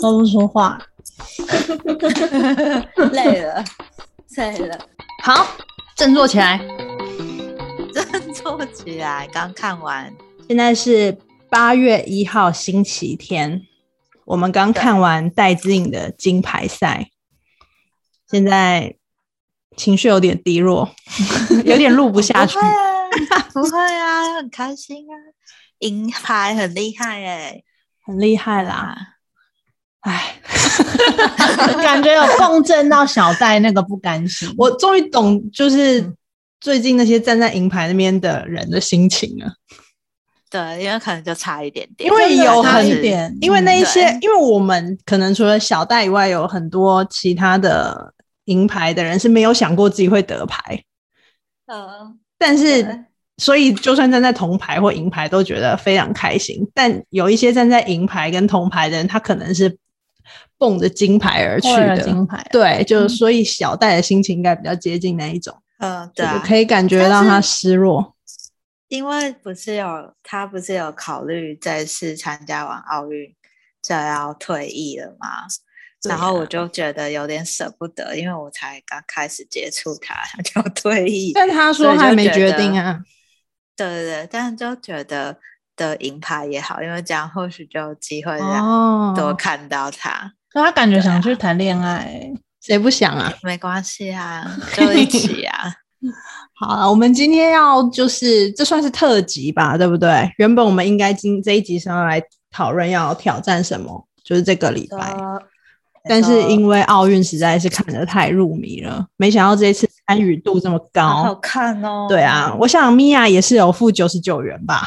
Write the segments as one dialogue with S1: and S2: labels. S1: 都不说话。
S2: 累了，累了，
S3: 好，振作起来。
S2: 振作起来。刚看完，
S1: 现在是八月一号星期天，我们刚看完戴资颖的金牌赛，现在情绪有点低落， 有点录不下去
S2: 不。会啊，不会啊，很开心啊，银牌很厉害哎、
S1: 很厉害啦，
S3: 啊
S1: 哎，感觉有共振到小戴那个不甘心。我终于懂，就是
S3: 嗯
S1: 最近那些站在银牌那边的人的心情了，
S2: 对，因为可能就差一点点，
S1: 因为有
S2: 差
S1: 很
S2: 一点，
S4: 点
S1: 因为那一些
S2: 嗯对，
S1: 因为我们可能除了小戴以外，有很多其他的银牌的人是没有想过自己会得牌，
S2: 嗯，
S1: 但
S2: 对
S1: 是。所以，就算站在铜牌或银牌，都觉得非常开心。但有一些站在银牌跟铜牌的人，他可能是蹦着金牌而去
S4: 为了
S1: 的。
S4: 金牌，
S1: 对，就所以小戴的心情应该比较接近那一种，
S2: 嗯，对
S1: 就
S2: 啊
S1: 我，可以感觉到他失落。
S2: 因为不是有他不是有考虑这次参加完奥运就要退役了吗？
S1: 对
S2: 然后
S1: 啊
S2: 我就觉得有点舍不得，因为我才刚开始接触他，他就退役。
S1: 但他说
S2: 所以就
S1: 还没
S2: 觉
S1: 决
S2: 得
S1: 定啊，
S2: 对对对，但就觉得得银牌也好，因为这样或许就有机会让多
S1: 哦，
S2: 看到他，
S4: 可他感觉想去谈恋爱，
S1: 谁不想啊？
S2: 没关系 啊，就一起啊。
S1: 好啊，我们今天要就是这算是特辑吧，对不对？原本我们应该今这一集是要来讨论要挑战什么，就是这个礼拜，啊但是因为奥运实在是看得太入迷了，没想到这一次参与度这么
S2: 好好
S1: 高。
S2: 看哦，
S1: 对啊，，我想米娅也是有付九十九元吧，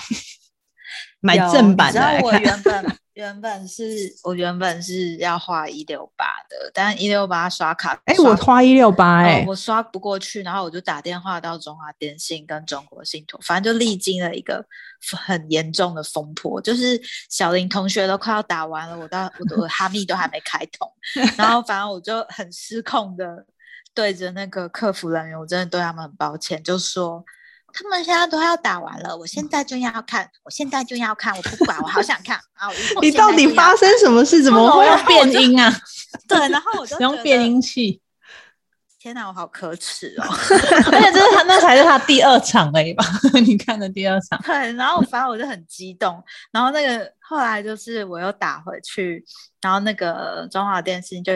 S1: 买
S2: 有
S1: 正版的
S2: 你
S1: 来
S2: 知道我
S1: 看。
S2: 原本原本是我原本是要花一六八的，但一六八刷卡，
S1: 哎、我
S2: 刷
S1: 花一六八
S2: 哦
S1: 哎，
S2: 我刷不过去，然后我就打电话到中华电信跟中国信托，反正就历经了一个很严重的风波，就是小林同学都快要打完了，我到我的哈密都还没开 通，然后反正我就很失控的对着那个客服人员，我真的对他们很抱歉，就说。他们现在都要打完了，我现在就要看，我现在就要看，我不管，我好想看啊！我我
S1: 你
S2: 现
S1: 到
S2: 在
S1: 底
S2: 就要哦
S1: 发
S2: 看
S1: 生什么事？怎么会
S4: 用变音啊？
S2: 对？然后我 就
S4: 使用
S2: 觉
S4: 变
S2: 得，
S4: 音器，
S2: 天哪，我好可耻哦！
S4: 而且这是他那才是他第二场而已吧？ 你看的第二场，
S2: 对，然后反正我就很激动，然后那个后来就是我又打回去，然后那个中华电信就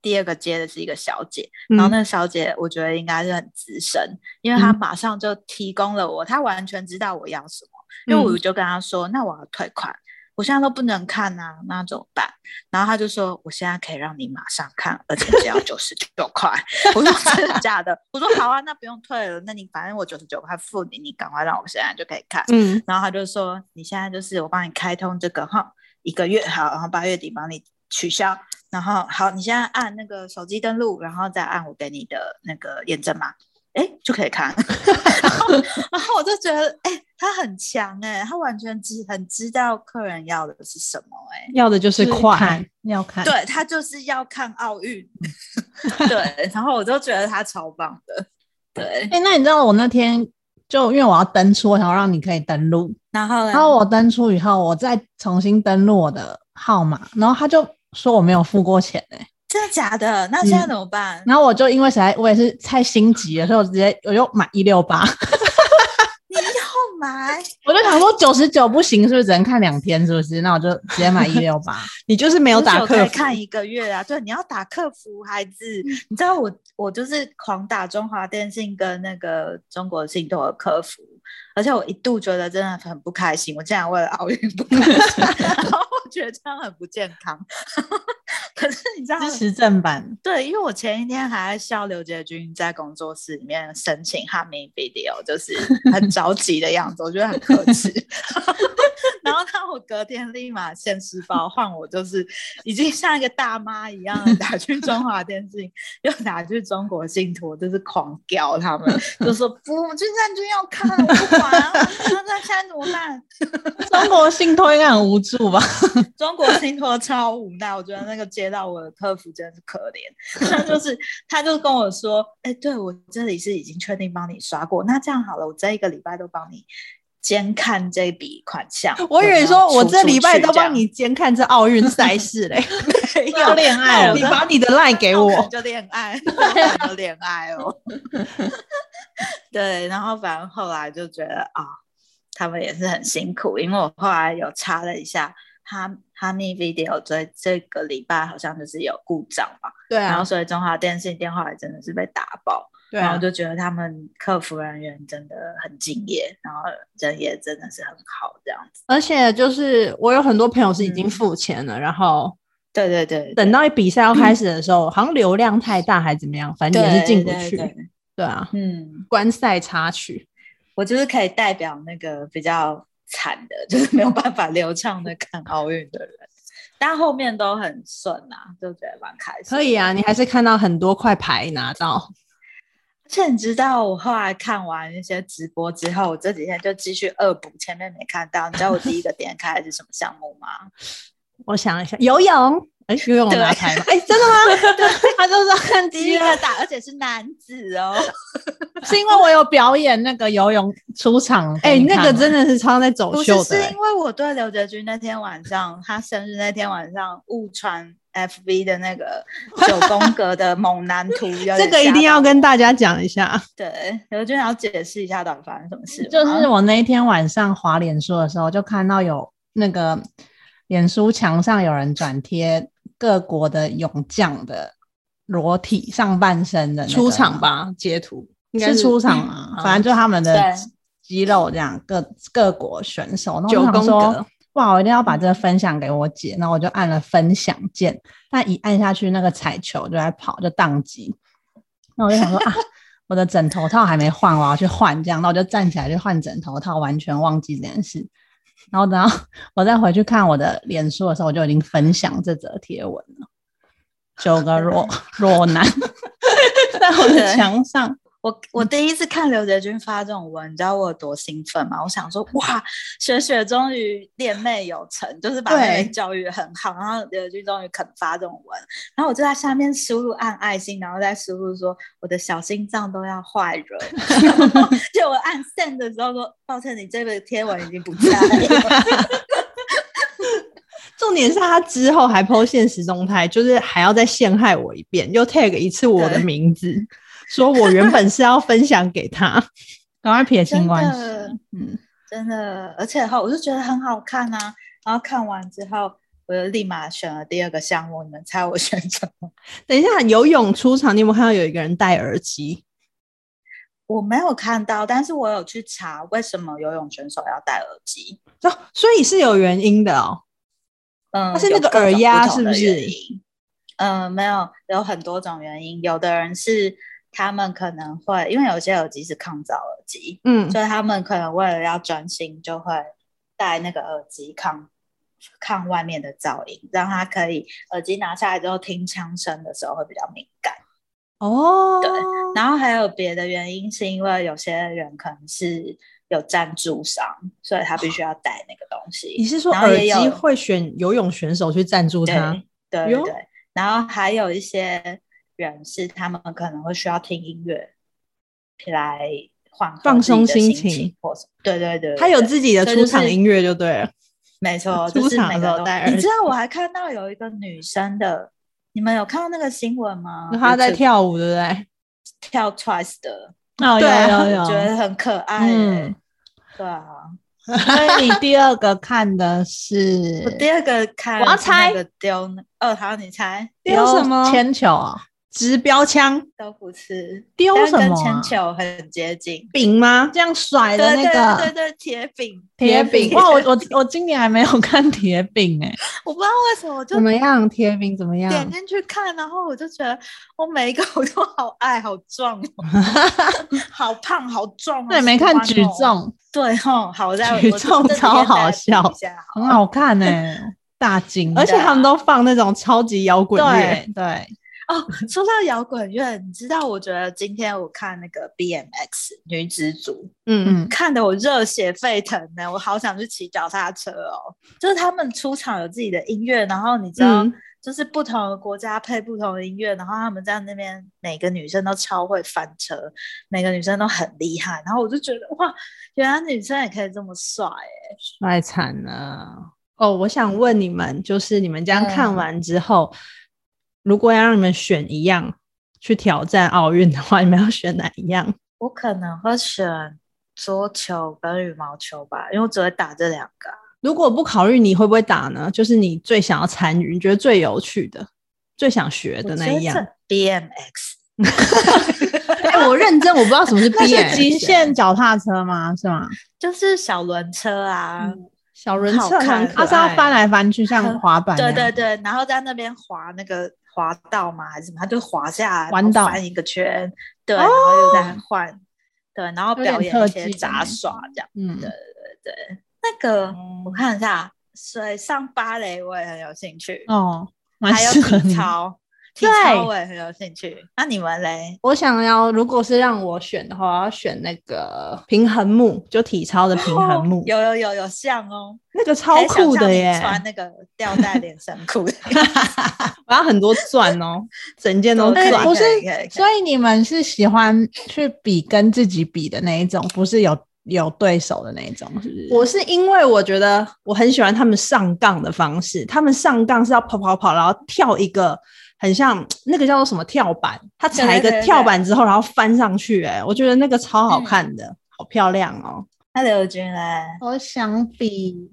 S2: 第二个接的是一个小姐，然后那个小姐我觉得应该是很资深，因为她
S1: 嗯
S2: 马上就提供了我，她完全知道我要什么，
S1: 嗯
S2: 因为我就跟她说，那我要退款。我现在都不能看呐、那怎么办？然后她就说，我现在可以让你马上看，而且只要九十九块。 我说真的假的？我说好啊，那不用退了，那你反正我九十九块付你，你赶快让我现在就可以看。
S1: 嗯
S2: 然后他就说：“你现在就是我帮你开通这个哈，一个月好，然后八月底帮你取消，然后好，你现在按那个手机登录，然后再按我给你的那个验证码，哎，就可以看。 然后，然后我就觉得，哎，他很强哎、他完全知很知道客人要的是什么哎、
S1: 要的就是快
S4: 看，要看，
S2: 对他就是要看奥运， 对，然后我就觉得他超棒的，对，
S4: 哎、那你知道我那天就因为我要登出，我想要让你可以登录，
S2: 然后呢
S4: 然后我登出以后，我再重新登录我的号码，然后他就说我没有付过钱哎、
S2: 真的假的？那现在
S4: 嗯
S2: 怎么办？
S4: 然后我就因为实在我也是太心急了，所以我直接我就买一六八，
S2: 你要买？
S4: 我就想说九十九不行，是不是只能看两天？是不是？那我就直接买一六八。
S1: 你就是没有打
S2: 九
S1: 客
S2: 可以
S1: 服，嗯
S2: 看一个月啊，对，你要打客服，孩子，你知道我我就是狂打中华电信跟那个中国信托的客服，而且我一度觉得真的很不开心，我竟然为了奥运不开心， 然后我觉得这样很不健康。 可是你知道，
S4: 支持正版，
S2: 对，因为我前一天还在笑刘杰军在工作室里面申请哈密 video，就是很着急的样子，我觉得很可耻。 然后他我隔天立马现实包换我，就是已经像一个大妈一样地打去中华电信，又打去中国信托，就是狂屌他们，就说不，我就战军要看了，我不管啊，那那现在怎么办？
S4: 中国信托应该很无助 吧？
S2: 中国信托超无奈，我觉得那个接到我的客服真的是可怜。 他就是，他就跟我说：“哎、对我这里是已经确定帮你刷过，那这样好了，我这一个礼拜都帮你监看这笔款项。
S1: 我以为
S2: 有
S1: 说
S2: 没有
S1: 我
S2: 啊出
S1: 这礼拜
S2: 出去
S1: 都
S2: 这样
S1: 帮你监看这奥运赛事 嘞， 没
S2: 要
S1: 有，
S2: 恋爱了，
S1: 你把你的赖给
S2: 那可能
S1: 我，
S2: 就恋 爱，那我可能就恋爱哦。 对，然后反正后来就觉得啊、他们也是很辛苦，因为我后来有查了一下，哈哈密 Video 这这个礼拜好像就是有故障嘛，
S1: 对
S2: 然后
S1: 啊，
S2: 所以中华电信电话也真的是被打爆，
S1: 对
S2: 然后
S1: 啊，
S2: 就觉得他们客服人员真的很敬业，然后人也真的是很好这样子。
S1: 而且就是我有很多朋友是已经
S2: 嗯
S1: 付钱了，然后
S2: 对对对，
S1: 等到比赛要开始的时候，好像流量太大还怎么样，反正也是进不
S2: 对对对
S1: 去，对啊，
S2: 嗯。
S1: 观赛插曲。
S2: 我就是可以代表那个比较惨的，就是没有办法流畅的看奥运的人，但后面都很顺啊，就觉得蛮开心。
S1: 可以，啊，你还是看到很多块牌拿到，
S2: 而且你知道，我后来看完一些直播之后，我这几天就继续恶补前面没看到。你知道我第一个点开的是什么项目 吗？
S1: 我想一下，游泳，哎、游泳
S2: 对啊
S1: 拿牌吗？哎、真的吗？他就是要看
S2: 第
S1: 肌
S2: 一
S1: 肉，
S2: 个打，而且是男子哦，
S4: 是因为我有表演那个游泳出场
S1: 哎、
S4: 给你看
S1: 那
S4: 吗，
S2: 啊
S1: 个真的是超在走
S2: 不是
S1: 秀，
S2: 是
S1: 的、欸
S2: 因为我对刘哲君那天晚上，他生日那天晚上误传 FV 的那个九宫格的猛男图，有
S1: 这
S2: 点
S1: 个一
S2: 吓
S1: 定要
S2: 到
S1: 跟大家讲一下。
S2: 对，刘俊要解释一下到底发生什么事吗。
S4: 就是我那一天晚上滑脸书的时候，就看到有那个脸书墙上有人转贴各国的泳将的裸体上半身的那个
S1: 出
S2: 啊
S1: 场，吧，截图应该
S4: 是出场啊，
S1: 嗯
S4: 反正就他们的
S2: 对
S4: 肌肉这样，各各国选手。
S1: 九宫
S4: 然后我想
S1: 格
S4: 说，哇，我一定要把这个分享给我姐，那我就按了分享键，但一按下去，那个彩球就在跑，就宕机。那我就想说 啊，我的枕头套还没换，我要去换这样，那我就站起来去换枕头套，完全忘记这件事。然后等到我再回去看我的脸书的时候，我就已经分享这则贴文了。九个弱 弱男 在我的墙上，
S2: 我嗯我第一次看刘哲君发这种文，你知道我有多兴奋吗？我想说，哇，雪雪终于恋妹有成，就是把妹
S1: 对
S2: 妹教育得很好，然后刘哲君终于肯发这种文，然后我就在下面输入按爱心，然后再输入说我的小心脏都要坏了， 然后就我按 send 的时候说，抱歉，你这个贴文已经不在了。
S1: 重点是他之后还 PO 现实动态，就是还要再陷害我一遍，又 tag 一次我的
S2: 对
S1: 名字，说我原本是要分享给他。
S4: 赶快撇
S2: 真
S4: 清关系。
S2: 的，
S4: 嗯，
S2: 真的，而且哈，我就觉得很好看啊。然后看完之后，我又立马选了第二个项目，你们猜我选什么？
S1: 等一下，游泳出场，你有没有看到有一个人戴耳机？
S2: 我没有看到，但是我有去查为什么游泳选手要戴耳机。
S1: 哦，所以是有原因的哦。
S2: 嗯，
S1: 它是
S2: 有
S1: 那个
S2: 各种
S1: 耳压
S2: 不同的
S1: 是不是
S2: 原因？嗯，没有，有很多种原因。有的人是他们可能会，因为有些耳机是抗噪耳机，
S1: 嗯，
S2: 所以他们可能为了要专心，就会戴那个耳机抗抗外面的噪音，让他可以耳机拿下来之后听枪声的时候会比较敏感。
S1: 哦，
S2: 对然后还有别的原因，是因为有些人可能是有赞助商，所以他必须要戴那个东
S1: 你
S2: 西。
S1: 是说
S2: 然后
S1: 耳
S2: 也
S1: 机
S2: 有
S1: 会选游泳选手去赞助
S2: 对
S1: 他？
S2: 对
S1: 嗯哟
S2: 对对，然后还有一些人是他们可能会需要听音乐来缓和
S1: 放
S2: 自己
S1: 松
S2: 的
S1: 心
S2: 心
S1: 情
S2: 或什么。对对对，
S1: 他有
S2: 对
S1: 自己的
S2: 所以
S1: 出
S2: 就是
S1: 场音乐就对了。
S2: 没错，
S1: 出
S2: 就是
S1: 场
S2: 每
S1: 的时候
S2: 个都
S1: 戴耳
S2: 你知道我还看到有一个女生的，你们有看到那个新闻吗？
S1: 他在
S2: YouTube
S1: 跳舞，对不对？
S2: 跳 Twice 的，
S4: 哦，
S1: 对
S4: 有
S1: 啊
S4: 有有，
S2: 我觉得很可爱、欸。
S4: 嗯
S2: 对啊，
S4: 所以你第二个看的是
S2: 我第二个看
S1: 我要
S2: 的是那
S1: 猜
S2: 个丢那，哦，好，你猜
S1: 丢什么
S4: 铅球啊？
S1: 直标枪
S2: 都不是，
S4: 丢
S2: 但
S4: 什么
S2: 跟
S4: 啊
S2: 铅球很接近，
S1: 饼吗？
S4: 这样甩的
S2: 对
S4: 那
S2: 对
S4: 个
S2: 对对，铁饼，
S4: 铁
S1: 铁饼
S4: 饼。哇，我我我今年还没有看铁饼哎，
S2: 我不知道为什么我就
S4: 怎么样？铁饼怎么样？
S2: 点进去看，然后我就觉得我每一个 我都好爱，好壮 哦好胖，好壮、好
S4: 对，没
S2: 喜
S4: 看
S2: 欢
S4: 举
S2: 哦，
S4: 重，
S2: 对吼，好在我
S1: 举
S2: 我这
S1: 重
S2: 这几
S1: 超
S2: 天再
S1: 好
S2: 来补
S1: 笑
S2: 一下好
S4: 很欸
S1: 啊
S2: 了
S4: 好
S2: 哦，说到摇滚乐，你知道，我觉得今天我看那个 BMX 女子组，
S1: 嗯嗯，
S2: 看得我热血沸腾呢，我好想去骑脚踏车哦。就是他们出场有自己的音乐，然后你知道，
S1: 嗯
S2: 就是不同的国家配不同的音乐，然后他们在那边每个女生都超会翻车，每个女生都很厉害，然后我就觉得哇，原来女生也可以这么帅哎、
S1: 太惨了。哦，我想问你们，就是你们这样看完之后，如果要让你们选一样去挑战奥运的话，你们要选哪一样？
S2: 我可能会选桌球跟羽毛球吧，因为我只会打这两个啊。
S1: 如果不考虑你会不会打呢？就是你最想要参与、你觉得最有趣的、最想学的那一样。
S2: BMX。
S3: 哎、我认真，我不知道什么 是
S4: 那
S3: B
S4: 是
S3: 哎、
S4: 极限脚踏车吗？是吗？
S2: 就是小轮车啊，
S4: 嗯
S1: 小人啊车
S2: 好看
S1: 很可
S4: 它
S1: 爱，
S4: 是要翻来翻去，像滑板那
S2: 对
S4: 样。
S2: 对对，然后在那边滑那个滑道嘛还是什么，他就滑下来，
S4: 弯
S2: 然后
S4: 道哦
S2: 翻一个圈，对，然后又在换，对，然后
S4: 有
S2: 表
S4: 点
S2: 演
S4: 特
S2: 一些
S4: 技的那
S2: 杂
S4: 种
S2: 耍这样。
S4: 嗯，
S2: 对，那个
S1: 嗯
S2: 我看一下，水上芭蕾我也很有兴趣，
S4: 哦，蛮
S2: 还有
S4: 适合
S2: 体
S4: 你。
S2: 操，体
S1: 对
S2: 操我也很有兴趣。那你们嘞？
S1: 我想要，如果是让我选的话，我要选那个平衡木，就体操的平衡木，
S2: 哦有有有有像哦，
S1: 那个超
S2: 可以想
S1: 酷
S2: 象
S1: 的
S2: 你
S1: 耶！
S2: 穿那个吊带连身裤 的
S1: 我要很多钻 哦，整件都
S2: 对
S1: 钻。哎
S4: 不是
S2: 可以可以可以
S4: 所以你们是喜欢去比跟自己比的那一种，不是有有对手的那一种，是不是？
S1: 我是因为我觉得我很喜欢他们上杠的方式，他们上杠是要跑跑跑，然后跳一个很像那个叫做什么跳板，他踩一
S2: 对对
S1: 个
S2: 对
S1: 跳板之后，然后翻上去、欸，哎，我觉得那个超好看的，好漂亮哦。
S2: 那刘军嘞？
S4: 我想比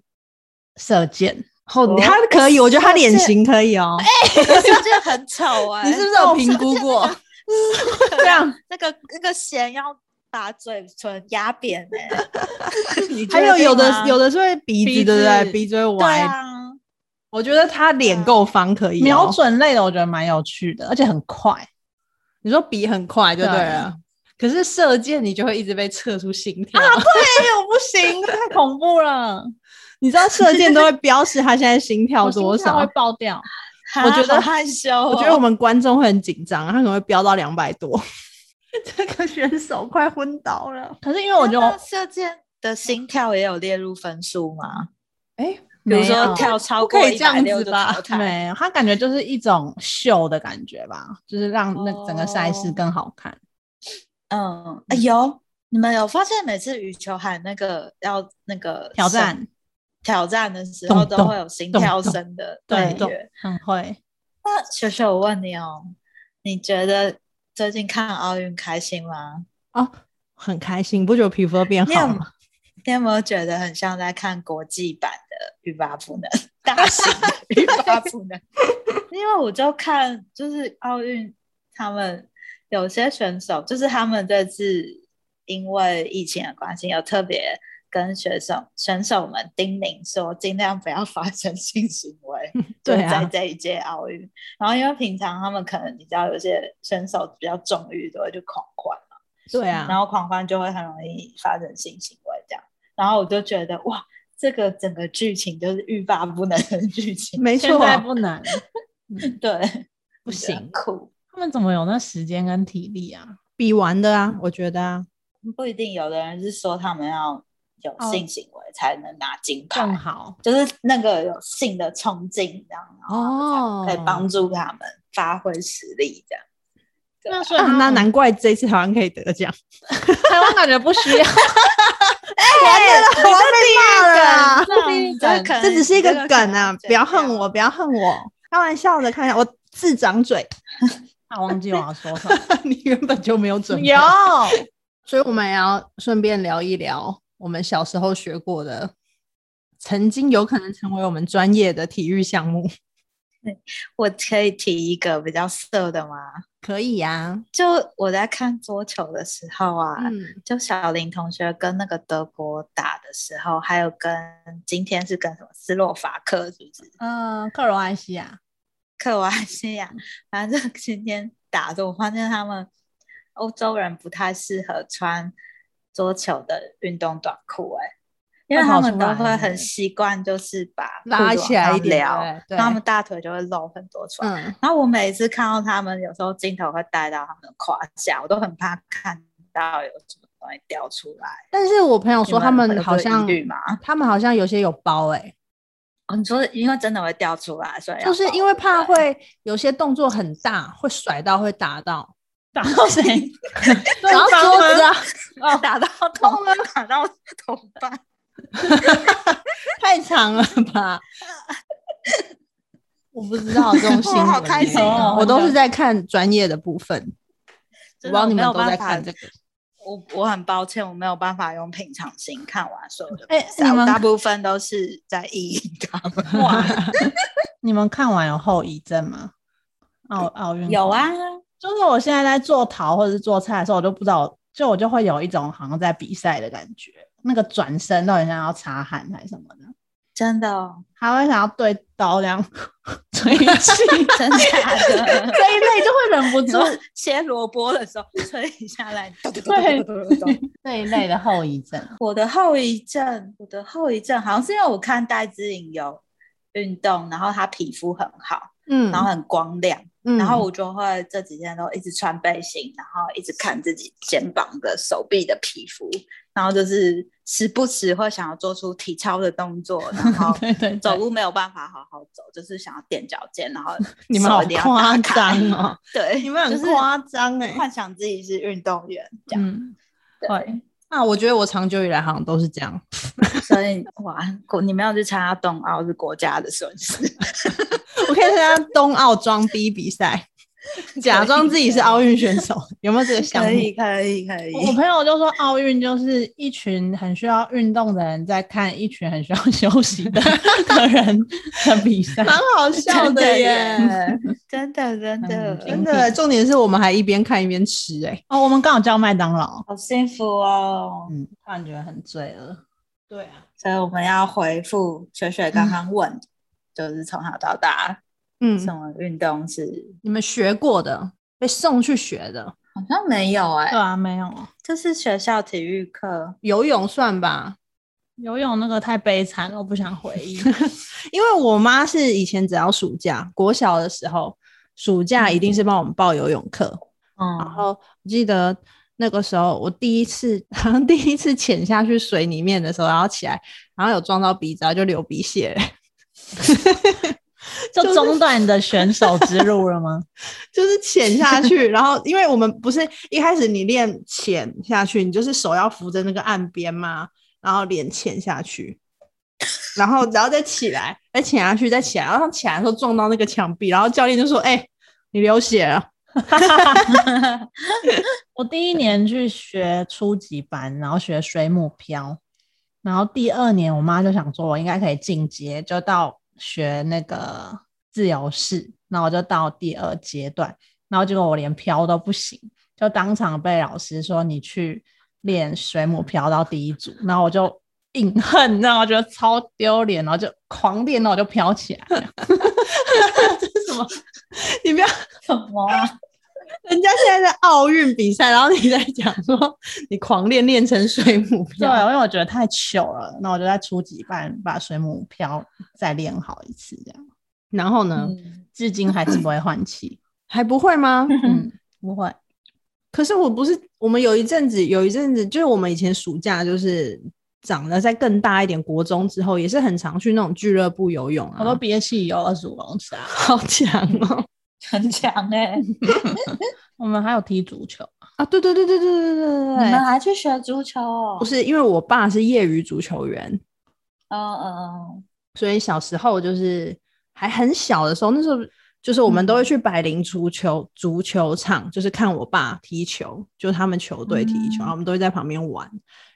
S4: 射箭，
S1: 后
S2: 哦
S1: 他可以，我觉得他脸型可以哦。
S2: 射箭很丑哎、
S1: 你是不是有评估过？
S2: 这
S1: 样？
S2: 那个那个弦要把嘴唇压扁 哎、
S1: 啊
S2: 你
S1: 还有有的有
S2: 的
S1: 的是会鼻
S4: 鼻
S1: 子，对不对？
S4: 子
S1: 鼻子会
S2: 对
S1: 歪。
S2: 啊，
S1: 我觉得他脸够方可以哦
S4: 瞄。准类的，我觉得蛮有趣的，而且很快。
S1: 你说比很快就对
S4: 对
S1: 了，可是射箭你就会一直被测出心跳。啊，
S4: 哎呦，不行，太恐怖 了，
S1: 你知道射箭都会标示他现在心跳
S4: 我心
S1: 多
S4: 跳
S1: 少
S4: 会？爆掉？
S1: 我觉得
S2: 好害羞、哦，
S1: 我觉得我们观众会很紧张，他可能会飙到两百多。这个选手快昏倒了，
S4: 可是因为我
S2: 那
S4: 就
S2: 那射箭的心跳也有列入分数吗？
S1: 哎，
S2: 比如
S4: 没
S2: 说
S4: 有啊
S2: 跳超
S1: 不可
S2: 过
S1: 以
S2: 一
S1: 这样
S2: 百六
S1: 子
S2: 就
S1: 吧
S2: 淘 汰，
S4: 没有，他感觉就是一种秀的感觉吧，就是让那整个赛事
S2: 哦
S4: 更好看。
S2: 嗯，哎有。你们有发现每次羽球喊那个要那个
S4: 挑
S2: 声
S4: 战
S2: 挑战的时候
S4: 咚
S2: 都
S4: 咚
S2: 会有心
S4: 咚
S2: 跳
S4: 咚
S2: 声的
S4: 咚
S2: 对
S4: 咚
S2: 决，
S4: 很会，
S2: 那雪雪，我问你哦，你觉得最近看奥运开心吗？
S1: 哦，很开心，不久皮肤都变
S2: 你有
S1: 好了。
S2: 你有没有觉得很像在看国际版的欲罢不能， 大型的 欲罢不能？ 因为我就看，就是奥运他们有些选手，就是他们这次因为疫情的关系，有特别跟选手选手们叮咛说，尽量不要发生性行为。
S1: 对
S2: 就是
S1: 啊
S2: 在这一届奥运，然后因为平常他们可能你知道有些选手比较重欲都会去狂欢。
S1: 对啊，
S2: 然后狂欢就会很容易发生性行为这样。然后我就觉得哇，这个整个剧情就是欲罢不能的剧情，
S1: 没
S4: 现
S1: 错，
S4: 在不能，
S2: 对，
S1: 不
S2: 我觉得很
S1: 行
S2: 酷，
S4: 他们怎么有那时间跟体力啊？
S1: 比完的啊，我觉得啊，
S2: 不一定有的人是说他们要有性行为才能拿金牌，
S4: 更好，
S2: 就是那个有性的冲劲这样，然后
S1: 哦
S2: 才可以帮助他们发挥实力这样。对啊
S4: 那 所以他
S1: 啊
S4: 们
S1: 那难怪这一次台湾可以得奖。
S4: 台湾感觉不需 要，
S1: 我要被骂了啦。
S4: 这
S2: 这可能
S1: 这只是一个
S2: 这可
S1: 梗
S2: 能
S1: 啊
S2: 要，剪
S1: 不要恨
S2: 掉
S1: 我，不要恨我，开玩笑的，开玩笑，我自长嘴，
S4: 啊，忘记我要说什么。
S1: 你原本就没有准备，
S4: 有，
S1: 所以我们也要顺便聊一聊我们小时候学过的，曾经有可能成为我们专业的体育项目，
S2: 我可以提一个比较色的吗？
S1: 可以呀、
S4: 啊
S2: 就我在看桌球的时候啊，
S1: 嗯，
S2: 就小林同学跟那个德国打的时候，还有跟今天是跟什么斯洛伐克是不是？
S4: 嗯，克罗埃西亚，
S2: 克罗埃西亚，反正今天打的，我发现他们欧洲人不太适合穿桌球的运动短裤、欸，哎，因为
S4: 会跑
S2: 他们
S4: 出
S2: 都
S4: 来
S2: 会
S4: 对
S2: 很
S4: 对
S2: 习惯，就是把
S4: 拉
S2: 裤子
S4: 起
S2: 往
S4: 来一
S2: 上
S4: 点
S2: 撩，
S4: 对
S2: 然后他们大腿就会露很多出
S1: 嗯，
S2: 来。然后我每次看到他们，有时候镜头会带到他们的胯下，我都很怕看到有什么东西掉出来。
S4: 但是我朋友
S2: 你
S4: 哦说他们
S2: 有
S4: 好
S2: 这个疑
S4: 像
S2: 虑吗？
S4: 他们好像有些有包哎、
S2: 哦，你说因为真的会掉出来，所以要
S4: 就是
S2: 保
S4: 因为
S2: 护
S4: 怕
S2: 对不对
S4: 会有些动作很大，会甩到会打到，
S2: 打到谁，
S4: 然后桌子啊，
S2: 打到痛吗？打哦到同伴。
S4: 太长了 吧？我不知道这种新闻、
S2: 哇好开心
S4: 欸
S2: 哦
S4: 我都是在看专业的部分，我不知
S2: 真的
S4: 道你
S2: 没
S4: 们
S2: 有
S4: 都在
S2: 办法
S4: 看这个。
S2: 我我很抱歉，我没有办法用平常心看完所有的
S4: 哎
S2: 比赛，
S4: 你
S2: 我
S4: 们
S2: 大部分都是在意淫他 们。哇，
S4: 你们看完有后遗症吗？奥奥运
S2: 有
S4: 会
S2: 啊，
S4: 就是我现在在做陶或者是做菜的时候，我就不知道，就我就会有一种好像在比赛的感觉，那个转身都很像要擦汗还是什么的，
S2: 真的哦，
S4: 还会想要对刀这样 吹 气，
S2: 真假的。
S4: 这一类就会忍不
S2: 你
S4: 住
S2: 说切萝卜的时候吹一下来，咚咚
S4: 对
S2: 咚咚咚咚咚
S4: 这一类的后遗症。
S2: 我的后遗症，我的后遗症好像是因为我看戴资颖有运动，然后她皮肤很好，
S1: 嗯
S2: 然后很光亮，
S1: 嗯
S2: 然后我就会这几天都一直穿背心，然后一直看自己肩膀的、手臂的皮肤，然后就是时不时会想要做出体操的动作，然后
S4: 对对对
S2: 走路没有办法好好走，就是想要踮脚尖，然后
S1: 你们
S2: 手
S1: 好
S2: 一定要打
S1: 夸
S2: 开
S1: 张， 哦，
S2: 对，
S1: 你们很
S2: 就是
S1: 夸张哎。
S2: 幻想自己是运动员这样，
S4: 嗯，
S2: 对
S4: 会
S1: 那我觉得我长久以来好像都是这样，嗯
S2: 所以哇，国你没有去参加冬奥是国家的损失，
S1: 我可以参加冬奥装逼比赛，假装自己是奥运选手，有没有这个项
S2: 可
S1: 目？
S2: 以可以可以，
S4: 我朋友就说奥运就是一群很需要运动的人在看一群很需要休息 的的人的比赛，
S1: 蛮好笑
S2: 真
S1: 的
S2: 的
S1: 耶，
S2: 耶真的真的
S4: 嗯
S1: 真的。重点是我们还一边看一边吃哎、
S4: 哦，我们刚好叫麦当劳，
S2: 好幸福哦。
S4: 嗯，突然觉得很罪恶。
S1: 对啊，
S2: 所以我们要回复雪雪刚刚问，就是从小到大什
S1: 嗯，
S2: 么运动是
S1: 你们学过的，被送去学的，
S2: 好像没有哎、
S1: 哦
S4: 对啊，没有
S2: 就是学校体育课
S1: 游泳算吧，
S4: 游泳那个太悲惨了，我不想回 忆。
S1: 因为我妈是以前只要暑假，国小的时候，暑假一定是帮我们报游泳课。然
S2: 嗯，
S1: 后我记得那个时候，我第一次 好像第一次潜下去水里面的时候，然后起来，然后有撞到鼻子，然后就流鼻血了，
S4: 就中断你的选手之路了吗？
S1: 就是潜下去。然后因为我们不是一开始你练潜下去，你就是手要扶着那个岸边嘛，然后脸潜下去。然后，然后再起来，再潜下去，再起来，然后起来的时候撞到那个墙壁，然后教练就说：“哎、你流血了。”
S4: 我第一年去学初级班，然后学水母漂，然后第二年我妈就想说，我应该可以进阶，就到学那个自由式，那我就到第二阶段，然后结果我连漂都不行，就当场被老师说你去练水母漂到第一组，然后我就隐恨，你知道吗？觉得超丢脸，然后就狂练，然后我就飘起来了，
S1: 你不要
S2: 什么啊？
S1: 人家现在在奥运比赛，然后你在讲说你狂练练成水母
S4: 对，啊
S1: 漂，
S4: 因为我觉得太糗了，那我就在初级班把水母漂再练好一次，这样。
S1: 然后呢、
S2: 嗯
S4: 至今还是不会换气。
S1: 还不会吗？
S4: 嗯，不会。
S1: 可是我不是，我们有一阵子，有一阵子就是我们以前暑假就是长得再更大一点，国中之后也是很常去那种俱乐部游泳
S4: 我都
S1: 啊，
S4: 憋气有二十五公尺啊。
S1: 好强哦、
S2: 很强哎、你
S4: 我们还有踢足球，
S1: 啊，对对对对对对对对
S2: 们
S1: 对，
S2: 还去学足球、哦？
S1: 不，是因为我爸是业余足球员，
S2: 嗯嗯
S1: 所以小时候就是还很小的时候，那时候就是我们都会去百灵足球足球场，就是看我爸踢球，就他们球队踢球，
S2: 嗯
S1: 然后我们都会在旁边玩，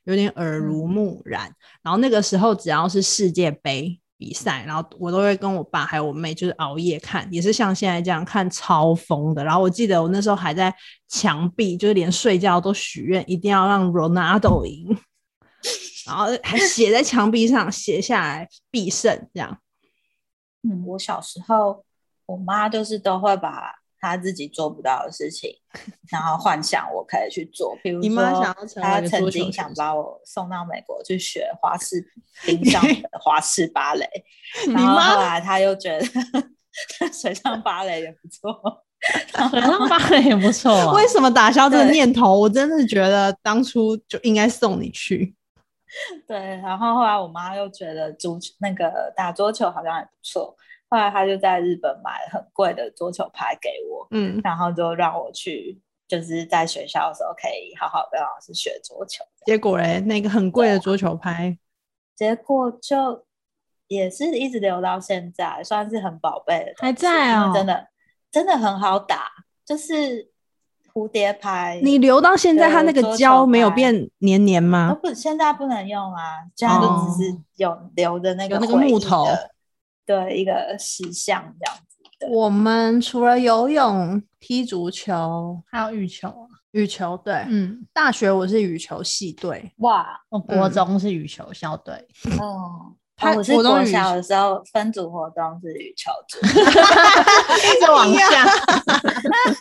S1: 有点耳濡目染。然后那个时候只要是世界杯比赛，然后我都会跟我爸还有我妹就是熬夜看，也是像现在这样看超疯的。然后我记得我那时候还在墙壁，就是连睡觉都许愿一定要让 Ronaldo 赢。然后还写在墙壁上，写下来必胜这样。
S2: 嗯嗯，我小时候我妈就是都会把他自己做不到的事情，然后幻想我可以去做。比如
S1: 你妈想要，成为
S2: 说他
S1: 一个
S2: 曾
S1: 桌
S2: 经
S1: 球
S2: 想
S1: 选手
S2: 把我送到美国去学花式冰上的 花式芭蕾，
S1: 你
S2: 然后
S1: 妈
S2: 后来他又觉得 水上芭蕾也不错。
S4: 水上芭蕾也不错 啊。
S1: 为什么打消这个
S2: 对
S1: 念头？我真的觉得当初就应该送你去。
S2: 对，然后后来我妈又觉得足球那个打桌球好像也不错，后来她就在日本买了很贵的桌球拍给我，
S1: 嗯，
S2: 然后就让我去，就是在学校的时候可以好好跟老师学桌球。
S1: 结果嘞，那个很贵的桌球拍，
S2: 结果就也是一直留到现在，算是很宝贝的东西，
S4: 还在
S2: 因为
S4: 哦
S2: 真的真的很好打，就是蝴蝶拍，
S1: 你留到现在，
S2: 对
S1: 它那个
S2: 桌球
S1: 胶没有
S2: 拍
S1: 变黏黏
S2: 都
S1: 吗？
S2: 不现在不能用啊，现在就只是有留的那个
S4: 有那个
S2: 回忆
S4: 木头
S2: 的，对一个石像这样子。对
S3: 我们除了游泳、踢足球、
S4: 还有羽球啊，
S3: 羽球队，
S4: 嗯，
S3: 大学我是羽球系队，
S2: 哇，
S4: 我国中是羽球校队，
S2: 嗯。
S3: 他
S2: 哦我是
S3: 活动
S2: 国
S3: 羽
S2: 小的时候分组活动是羽球组，
S4: 一直往下。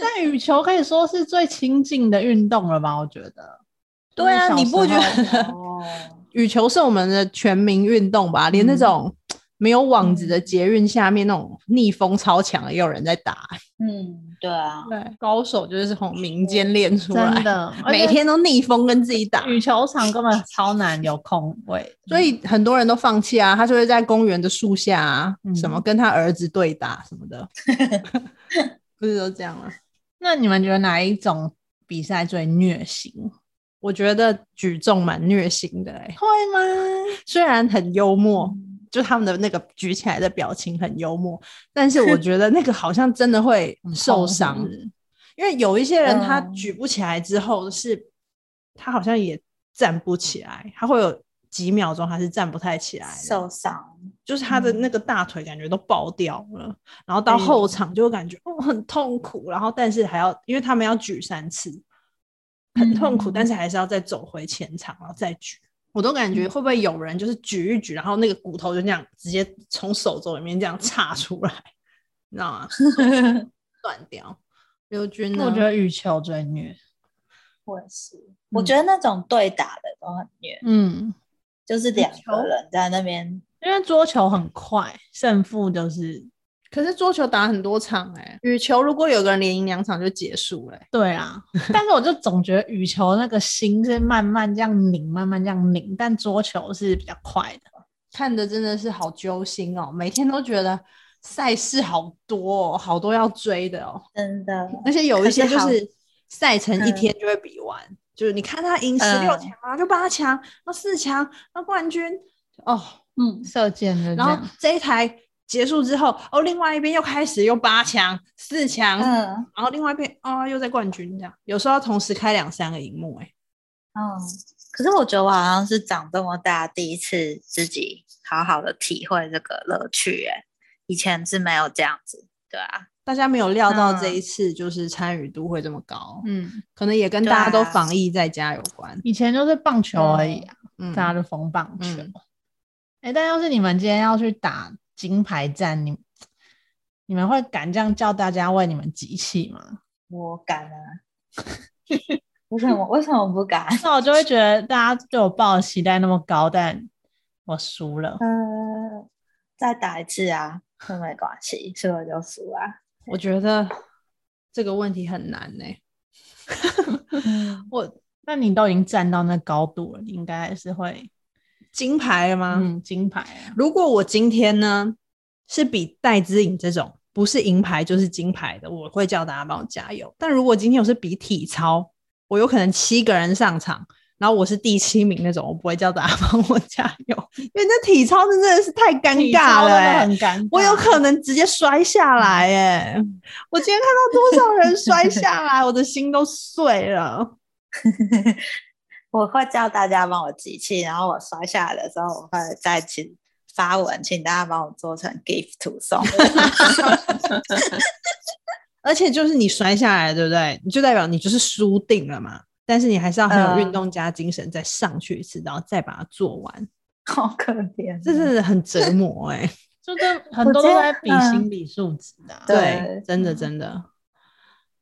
S4: 但羽球可以说是最亲近的运动了吧？我觉得。
S3: 对啊
S4: 就是小
S3: 你不
S4: 时候
S3: 觉得
S2: 哦，
S1: 羽球是我们的全民运动吧？连那
S4: 嗯
S1: 种没有网子的捷运下面那种逆风超强的，也有人在打。
S2: 嗯，对啊，
S1: 对，高手就是从民间练出来，
S4: 真的
S1: 每天都逆风跟自己打。
S4: 羽球场根本超难有空位，
S1: 所以很多人都放弃啊，他就会在公园的树下啊，
S4: 嗯
S1: 什么跟他儿子对打什 么的， 不是都这样吗？
S4: 那你们觉得哪一种比赛最虐心？
S1: 我觉得举重蛮虐心的、欸，
S4: 会吗？
S1: 虽然很幽默，就他们的那个举起来的表情很幽默，但是我觉得那个好像真的会受伤，因为有一些人他
S2: 嗯
S1: 举不起来之后是，他好像也站不起来，他会有几秒钟他是站不太起来的，
S2: 嗯受伤，
S1: 就是他的那个大腿感觉都爆掉了，然后到后场就会感觉哦很痛苦，然后但是还要因为他们要举三次，很痛
S2: 嗯
S1: 苦，但是还是要再走回前场，然后再举。我都感觉会不会有人就是举一举，然后那个骨头就那样直接从手肘里面这样岔出来，你知道吗？ 断掉。刘军呢？
S4: 我觉得羽球最虐。
S2: 我也是，
S1: 嗯
S2: 我觉得那种对打的都很虐，
S4: 嗯，
S2: 就是两
S4: 球
S2: 个人在那边，
S4: 因为桌球很快，胜负就是
S1: 可是桌球打很多场哎、羽球如果有个人连赢两场就结束了欸、
S4: 对 啊。但是我就总觉得羽球那个心是慢慢这样拧，慢慢这样拧，但桌球是比较快的。
S1: 看的真的是好揪心哦，每天都觉得赛事好多、哦，好多要追的哦，
S2: 真的，
S1: 而且有一些
S2: 可是
S1: 就
S2: 好
S1: 是赛程一
S2: 嗯
S1: 天就会比完，就是你看他赢十六强啊，就八强，那四强，那冠军哦，
S2: 嗯，
S4: 射箭就这
S1: 然后
S4: 样，
S1: 这一台结束之后，哦，另外一边又开始又八强、四强，
S2: 嗯
S1: 然后另外一边哦又在冠军这样，有时候要同时开两三个荧幕、欸，哎，
S2: 嗯，可是我觉得我好像是长这么大第一次自己好好的体会这个乐趣，哎，以前是没有这样子，对啊，
S1: 大家没有料到
S2: 嗯
S1: 这一次就是参与度会这么高，
S4: 嗯，
S1: 可能也跟
S2: 对
S1: 大家都
S2: 啊
S1: 防疫在家有关。
S4: 以前就是棒球而已啊，
S1: 嗯
S4: 大家就疯棒球。
S1: 嗯
S4: 哎、但要是你们今天要去打金牌战，你你们会敢这样叫大家为你们集气吗？
S2: 我敢啊， 为什么为什么不敢？
S4: 那我就会觉得大家对我抱的期待那么高，但我输了。
S2: 嗯，再打一次啊，都没关系，输了就输啊，
S1: 我觉得这个问题很难哎呢、我
S4: 那你都已经站到那高度了，你应该是会
S1: 金牌了吗？
S4: 嗯金牌啊。
S1: 如果我今天呢是比戴资颖这种不是银牌就是金牌的，我会叫大家帮我加油。但如果今天我是比体操，我有可能七个人上场。然后我是第七名那种，我不会叫大家帮我加油，因为这体操真的是太尴
S4: 体
S1: 尬
S4: 操
S1: 了、
S4: 真的
S1: 欸，
S4: 很尴尬。
S1: 我有可能直接摔下来耶！
S4: 嗯
S1: 我今天看到多少人摔下来，我的心都碎了。
S2: 我会叫大家帮我集气，然后我摔下来的时候，我会再去发文，请大家帮我做成 gift 图送。
S1: 而且就是你摔下来，对不对？你就代表你就是输定了嘛。但是你还是要很有运动家精神，再上去一次，然后再把它做完。
S2: 好可怜，
S1: 这真的很折磨哎、
S4: 就跟很多都
S2: 我觉得
S4: 在比心理素质啊。
S2: 对
S1: 真的真的，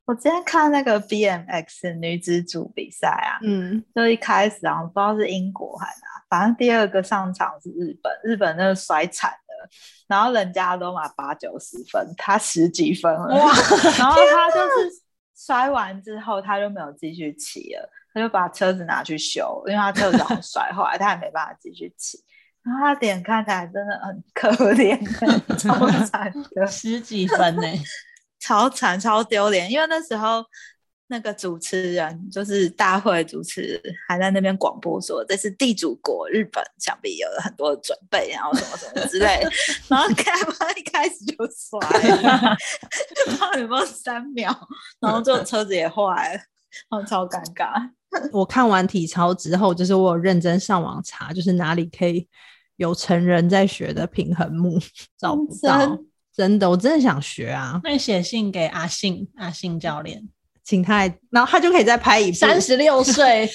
S2: 我今天看那个 BMX 女子组比赛啊，
S1: 嗯，
S2: 就一开始啊，我不知道是英国还是哪，反正第二个上场是日本，日本那个摔惨了，然后人家都嘛八九十分，他十几分了，然后他就是摔完之后他就没有继续骑了，他就把车子拿去修，因为他车子好像摔坏，他也没办法继续骑。然后他的脸看起来真的很可怜， 超惨的。
S4: 十几分呢、
S2: 超惨超丢脸，因为那时候那个主持人就是大会主持人还在那边广播说这是地主国日本，想必有很多的准备，然后什么什么之类的，然后开他一开始就摔了，不知道有没有三秒，然后就车子也坏了，然后超尴尬。
S1: 我看完体操之后，就是我有认真上网查，就是哪里可以有成人在学的平衡木，找不到
S2: 真。
S1: 真的，我真的想学啊，
S4: 那你写信给阿信，阿信教练，
S1: 请他来，然后他就可以再拍一部。
S4: 三十六岁，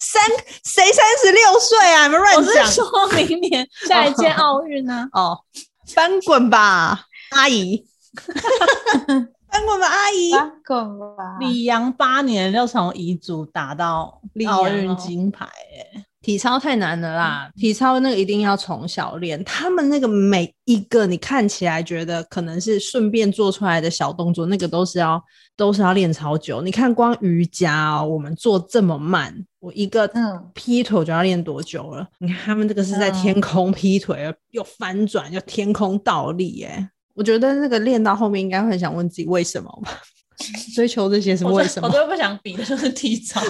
S1: 三谁三十六岁啊？你们
S4: 我
S1: 乱
S4: 是
S1: 讲
S4: 说明 年下一届奥运啊呢。
S1: 哦，翻滚吧，阿姨，翻滚吧，阿姨。
S2: 八滚吧！
S4: 李阳八年就从乙组打到
S1: 李洋哦
S4: 奥运金牌、欸，
S1: 体操太难了啦，
S2: 嗯
S1: 体操那个一定要从小练。他们那个每一个你看起来觉得可能是顺便做出来的小动作，那个都是要都是要练超久。你看光瑜伽哦，我们做这么慢，我一个
S2: 嗯
S1: 劈腿就要练多久了？你看他们这个是在天空劈腿，哦又翻转，又天空倒立、耶。我觉得那个练到后面应该会很想问自己为什么吧， 追求这些是
S4: 我
S1: 为
S4: 最
S1: 什
S4: 我
S1: 么？
S4: 最不想比的就是 体操，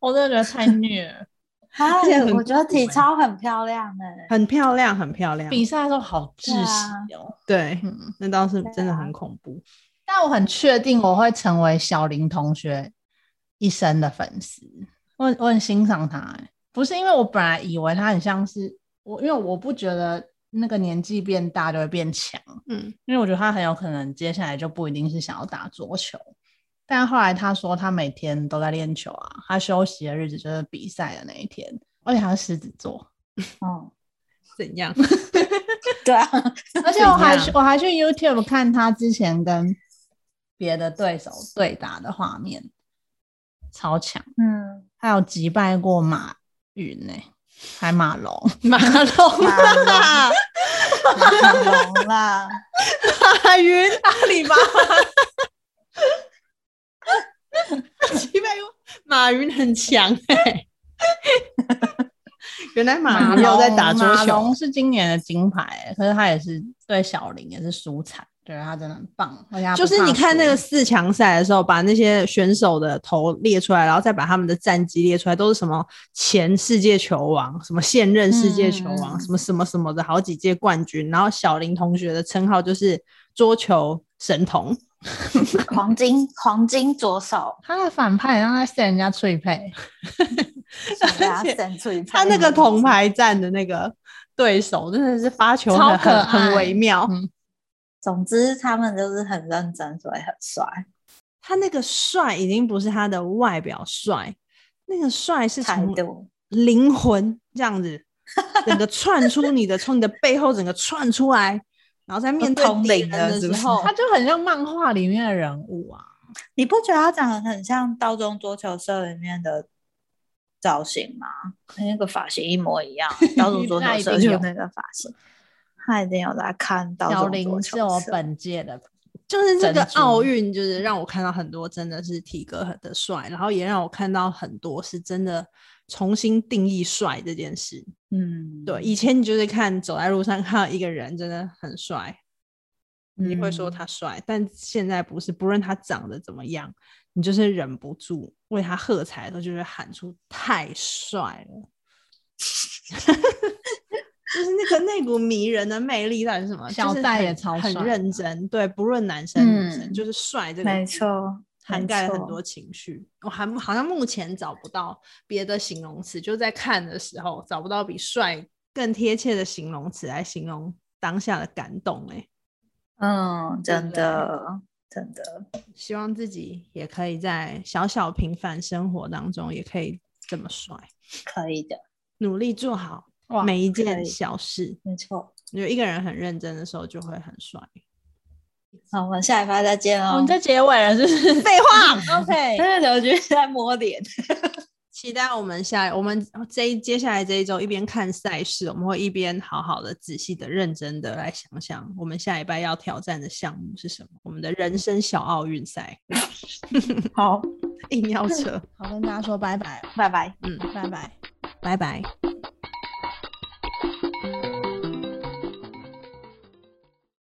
S4: 我真的觉得太虐了。
S2: 啊
S1: 而且很
S2: 我觉得体操很漂亮欸呢、
S1: 很漂亮，很漂 亮。
S4: 比赛的时候好窒息哦、
S1: 对，
S4: 嗯，
S1: 那倒是
S2: 对啊
S1: 真的很恐怖。
S4: 但我很确定我会成为小林同学一生的粉丝，我很我很欣赏他、欸。不是因为我本来以为他很像是我，因为我不觉得那个年纪变大就会变强，
S1: 嗯，
S4: 因为我觉得他很有可能接下来就不一定是想要打桌球。但后来他说他每天都在练球啊，他休息的日子就是比赛的那一天，而且他是狮子座，
S2: 嗯，
S1: 怎样？
S2: 对啊，
S4: 而且我还
S1: 怎
S4: 去我还去 YouTube 看他之前跟别的对手对打的画面，超强，
S2: 嗯，
S4: 还有击败过马云呢、还马龙，
S1: 马龙
S2: 啦，马龙啦，
S1: 马云、阿里巴巴，击败过马云很强哎、原来马云
S4: 龙
S1: 有在打桌
S4: 马
S1: 球
S4: 龙，是今年的金牌欸、可是他也是对小林也是输惨，觉得他真的很棒，而且他不
S1: 就是你
S4: 怕
S1: 看那个
S4: 输
S1: 四强赛的时候，把那些选手的头列出来，然后再把他们的战绩列出来，都是什么前世界球王、什么现任世界球王、
S4: 嗯
S1: 什么什么什么的好几届冠军。然后小林同学的称号就是桌球神童。
S2: 黄金黄金左手，
S4: 他的反派，然后他扇人家脆配，
S2: 他
S1: 且
S2: 伸出一
S1: 他那个铜牌战的那个对手真的是发球
S4: 超
S1: 很
S4: 可
S1: 很
S4: 爱
S1: 很微妙，
S4: 嗯
S2: 总之他们就是很认真，所以很帅，
S1: 他那个帅已经不是他的外表帅，那个帅是
S2: 态
S1: 从
S2: 度
S1: 灵魂这样子，整个窜出你的，从你的背后整个窜出来，然后在面对
S2: 通
S1: 敌
S2: 灵
S1: 人
S2: 了
S1: 的
S2: 是
S1: 时
S2: 不是
S1: 候
S4: 他，就很像漫画里面的人物啊。
S2: 你不觉得他长得很像《道中桌球社》里面的造型吗？跟那个发型一模一样，《道 中桌球
S4: 那一
S2: 社
S4: 定》
S2: 就
S4: 有
S2: 那个发型。他一定有在看《道
S4: 小
S2: 中桌
S4: 林
S2: 球
S4: 是
S2: 社
S4: 我》。本届的，
S1: 就是这个
S4: 珍珠
S1: 奥运，就是让我看到很多真的是体格很的帅，然后也让我看到很多是真的重新定义帅这件事。
S2: 嗯，
S1: 对，以前你就是看走在路上看到一个人真的很帅，你会说
S2: 嗯
S1: 他帅，但现在不是，不论他长得怎么样，你就是忍不住为他喝彩的时候，就会喊出太帅 了。就是那个那股迷人的魅力到底是什么？就
S4: 小
S1: 是
S4: 戴
S1: 很
S4: 也超
S1: 很
S4: 帅
S1: 认
S4: 的
S1: 真，对，不论男生女生，
S2: 嗯
S1: 就是帅这个
S2: 没
S1: 字
S2: 错，
S1: 涵
S2: 没
S1: 盖了很
S2: 错
S1: 多情绪。我还好像目前找不到别的形容词，就在看的时候找不到比帅更贴切的形容词来形容当下的感动、欸。
S2: 嗯，
S1: 对不
S2: 真
S1: 对
S2: 的，真的，
S1: 希望自己也可以在小小平凡生活当中也可以这么帅，
S2: 可以的，
S1: 努力做好
S4: 哇
S1: 每一
S2: 可
S1: 件
S2: 以
S1: 小事。
S2: 没错。
S1: 就一个人很认真的时候就会很帅。
S2: 好，我们下一趴再见
S4: 我
S2: 哦
S4: 们。在结尾了，是不是？
S1: 废话，
S4: OK，
S2: 但是刘军在摸脸，
S1: 期待我们下我们这一接下来这一周一边看赛事，我们会一边好好的、仔细的、认真的来想想我们下礼拜要挑战的项目是什么，我们的人生小奥运赛
S4: 好，
S1: 硬要扯，
S4: 好跟大家说拜拜，
S2: 拜拜。
S1: 嗯，
S4: 拜拜。
S1: 拜拜。